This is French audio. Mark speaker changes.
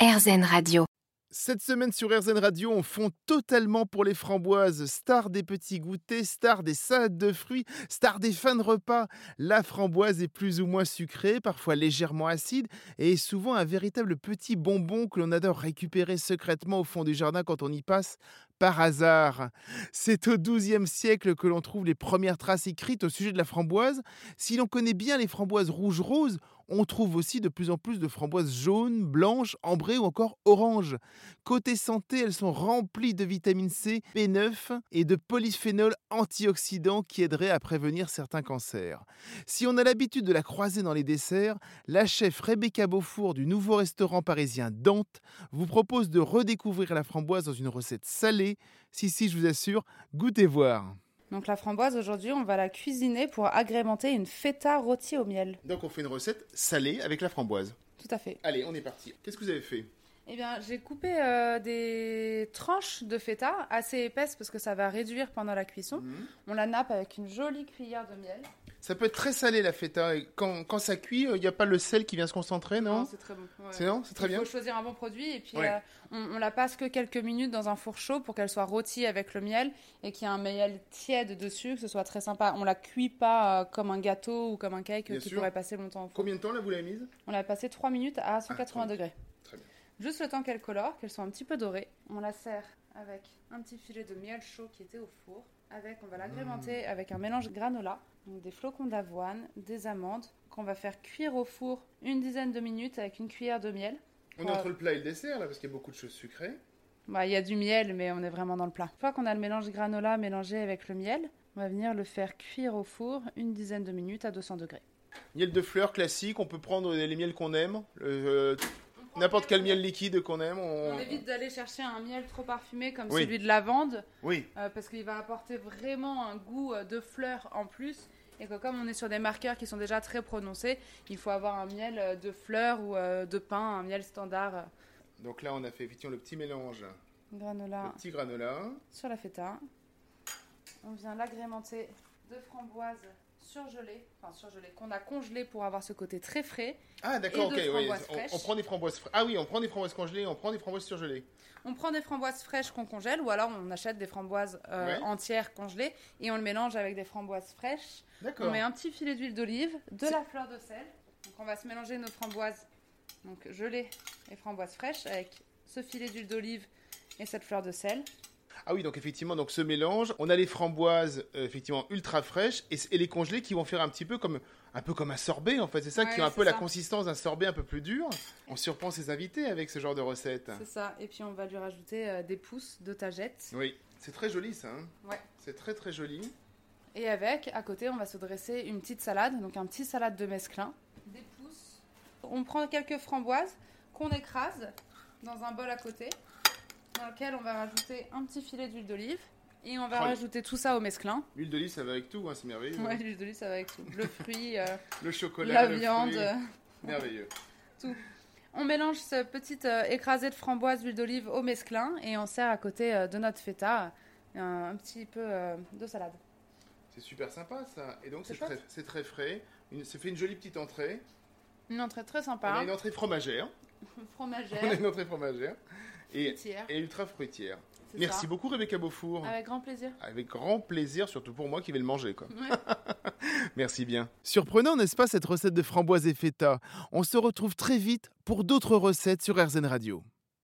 Speaker 1: RZN Radio.
Speaker 2: Cette semaine sur RZN Radio, on fond totalement pour les framboises. Star des petits goûters, star des salades de fruits, star des fins de repas. La framboise est plus ou moins sucrée, parfois légèrement acide, et est souvent un véritable petit bonbon que l'on adore récupérer secrètement au fond du jardin quand on y passe par hasard. C'est au XIIe siècle que l'on trouve les premières traces écrites au sujet de la framboise. Si l'on connaît bien les framboises rouges-roses, on trouve aussi de plus en plus de framboises jaunes, blanches, ambrées ou encore oranges. Côté santé, elles sont remplies de vitamine C, B9 et de polyphénols antioxydants qui aideraient à prévenir certains cancers. Si on a l'habitude de la croiser dans les desserts, la chef Rebecca Beaufour du nouveau restaurant parisien Dante vous propose de redécouvrir la framboise dans une recette salée. Si, si, je vous assure, goûtez voir.
Speaker 3: Donc la framboise, aujourd'hui, on va la cuisiner pour agrémenter une feta rôtie au miel.
Speaker 2: Donc on fait une recette salée avec la framboise.
Speaker 3: Tout à fait.
Speaker 2: Allez, on est parti. Qu'est-ce que vous avez fait
Speaker 3: Eh bien, j'ai coupé euh, des tranches de feta assez épaisses parce que ça va réduire pendant la cuisson. On la nappe avec une jolie cuillère de miel.
Speaker 2: Ça peut être très salé la feta. Et Quand, quand ça cuit, euh, il n'y a pas le sel qui vient se concentrer, non
Speaker 3: Oh, c'est très bon. Ouais.
Speaker 2: C'est non C'est très
Speaker 3: Il
Speaker 2: bien.
Speaker 3: faut choisir un bon produit et puis
Speaker 2: Ouais.
Speaker 3: euh, on, on la passe que quelques minutes dans un four chaud pour qu'elle soit rôtie avec le miel et qu'il y ait un miel tiède dessus, que ce soit très sympa. On la cuit pas euh, comme un gâteau ou comme un cake
Speaker 2: Bien
Speaker 3: euh, qui
Speaker 2: sûr.
Speaker 3: pourrait passer longtemps au four.
Speaker 2: Combien de temps là vous l'avez mise
Speaker 3: On l'a passée 3 minutes à 180
Speaker 2: Ah, très
Speaker 3: degrés.
Speaker 2: Très bien.
Speaker 3: Juste le temps qu'elle colore, qu'elle soit un petit peu dorée. On la sert avec un petit filet de miel chaud qui était au four. Avec, on va l'agrémenter
Speaker 2: Mmh.
Speaker 3: avec un mélange granola, donc des flocons d'avoine, des amandes, qu'on va faire cuire au four une dizaine de minutes avec une cuillère de miel.
Speaker 2: On est
Speaker 3: Ouais.
Speaker 2: entre le plat et le dessert là parce qu'il y a beaucoup de choses sucrées.
Speaker 3: Bah, il y a du miel, mais on est vraiment dans le plat. Une fois qu'on a le mélange granola mélangé avec le miel, on va venir le faire cuire au four une dizaine de minutes à 200 degrés.
Speaker 2: Miel de fleurs classique, on peut prendre les miels qu'on aime, le- euh, n'importe quel miel liquide qu'on aime. on-
Speaker 3: On évite d'aller chercher un miel trop parfumé comme
Speaker 2: Oui.
Speaker 3: celui de lavande.
Speaker 2: Oui,
Speaker 3: Euh, parce qu'il va apporter vraiment un goût euh, de fleurs en plus. Et que comme on est sur des marqueurs qui sont déjà très prononcés, il faut avoir un miel euh, de fleurs ou euh, de pain, un miel standard. euh,
Speaker 2: donc là on a fait effectivement le petit mélange, le
Speaker 3: Granola
Speaker 2: petit granola.
Speaker 3: sur la feta. On vient l'agrémenter de framboises surgelées, enfin surgelées, qu'on a congelées pour avoir ce côté très frais.
Speaker 2: Ah d'accord, ok,
Speaker 3: Et de
Speaker 2: oui,
Speaker 3: framboises
Speaker 2: on- on,
Speaker 3: fraîches.
Speaker 2: prend des framboises fra- Ah oui, on prend des framboises congelées, on prend des framboises surgelées.
Speaker 3: On prend des framboises fraîches qu'on congèle, ou alors on achète des framboises euh,
Speaker 2: Ouais.
Speaker 3: entières congelées et on le mélange avec des framboises fraîches. On
Speaker 2: D'accord.
Speaker 3: met un petit filet d'huile d'olive, de
Speaker 2: C'est-
Speaker 3: la fleur de sel. Donc on va se mélanger nos framboises donc gelées et framboises fraîches avec ce filet d'huile d'olive et cette fleur de sel.
Speaker 2: Ah oui, donc effectivement, donc ce mélange, on a les framboises euh, effectivement ultra fraîches et, et les congelées qui vont faire un petit peu comme un peu comme un sorbet en fait, c'est ça qui
Speaker 3: Ouais,
Speaker 2: ont un
Speaker 3: c'est
Speaker 2: peu la
Speaker 3: ça.
Speaker 2: consistance d'un sorbet un peu plus dur. On surprend ses invités avec ce genre de recette.
Speaker 3: C'est ça. Et puis on va lui rajouter euh, des pousses de tagette.
Speaker 2: Oui, c'est très joli ça. hein.
Speaker 3: Ouais.
Speaker 2: C'est très très joli.
Speaker 3: Et avec, à côté, on va se dresser une petite salade, donc un petit salade de mesclun. Des pousses. On prend quelques framboises qu'on écrase dans un bol à côté, dans lequel on va rajouter un petit filet d'huile d'olive. Et on va
Speaker 2: Oh, les-
Speaker 3: rajouter tout ça au mesclun.
Speaker 2: L'huile d'olive, ça va avec tout, hein, c'est merveilleux.
Speaker 3: Ouais, l'huile d'olive, ça va avec tout. Le fruit, euh,
Speaker 2: Le chocolat,
Speaker 3: la
Speaker 2: le
Speaker 3: viande. euh.
Speaker 2: fruit, merveilleux.
Speaker 3: On mélange ce petit euh, écrasé de framboise, d'huile d'olive au mesclin et on sert à côté euh, de notre feta euh, un petit peu euh, de salade.
Speaker 2: C'est super sympa ça. Et donc c'est
Speaker 3: C'est
Speaker 2: très, c'est très frais. Une- ça fait une jolie petite entrée.
Speaker 3: Une entrée très
Speaker 2: on
Speaker 3: sympa.
Speaker 2: a une entrée fromagère. On a
Speaker 3: Fromagère,
Speaker 2: une entrée fromagère. Et,
Speaker 3: fruitière.
Speaker 2: et ultra fruitière.
Speaker 3: c'est
Speaker 2: Merci
Speaker 3: ça.
Speaker 2: beaucoup Rebecca Beaufour.
Speaker 3: Avec grand plaisir.
Speaker 2: Avec grand plaisir, surtout pour moi qui vais le manger. Quoi.
Speaker 3: Ouais.
Speaker 2: Merci bien. Surprenant, n'est-ce pas, cette recette de framboise et feta On se retrouve très vite pour d'autres recettes sur RZN Radio.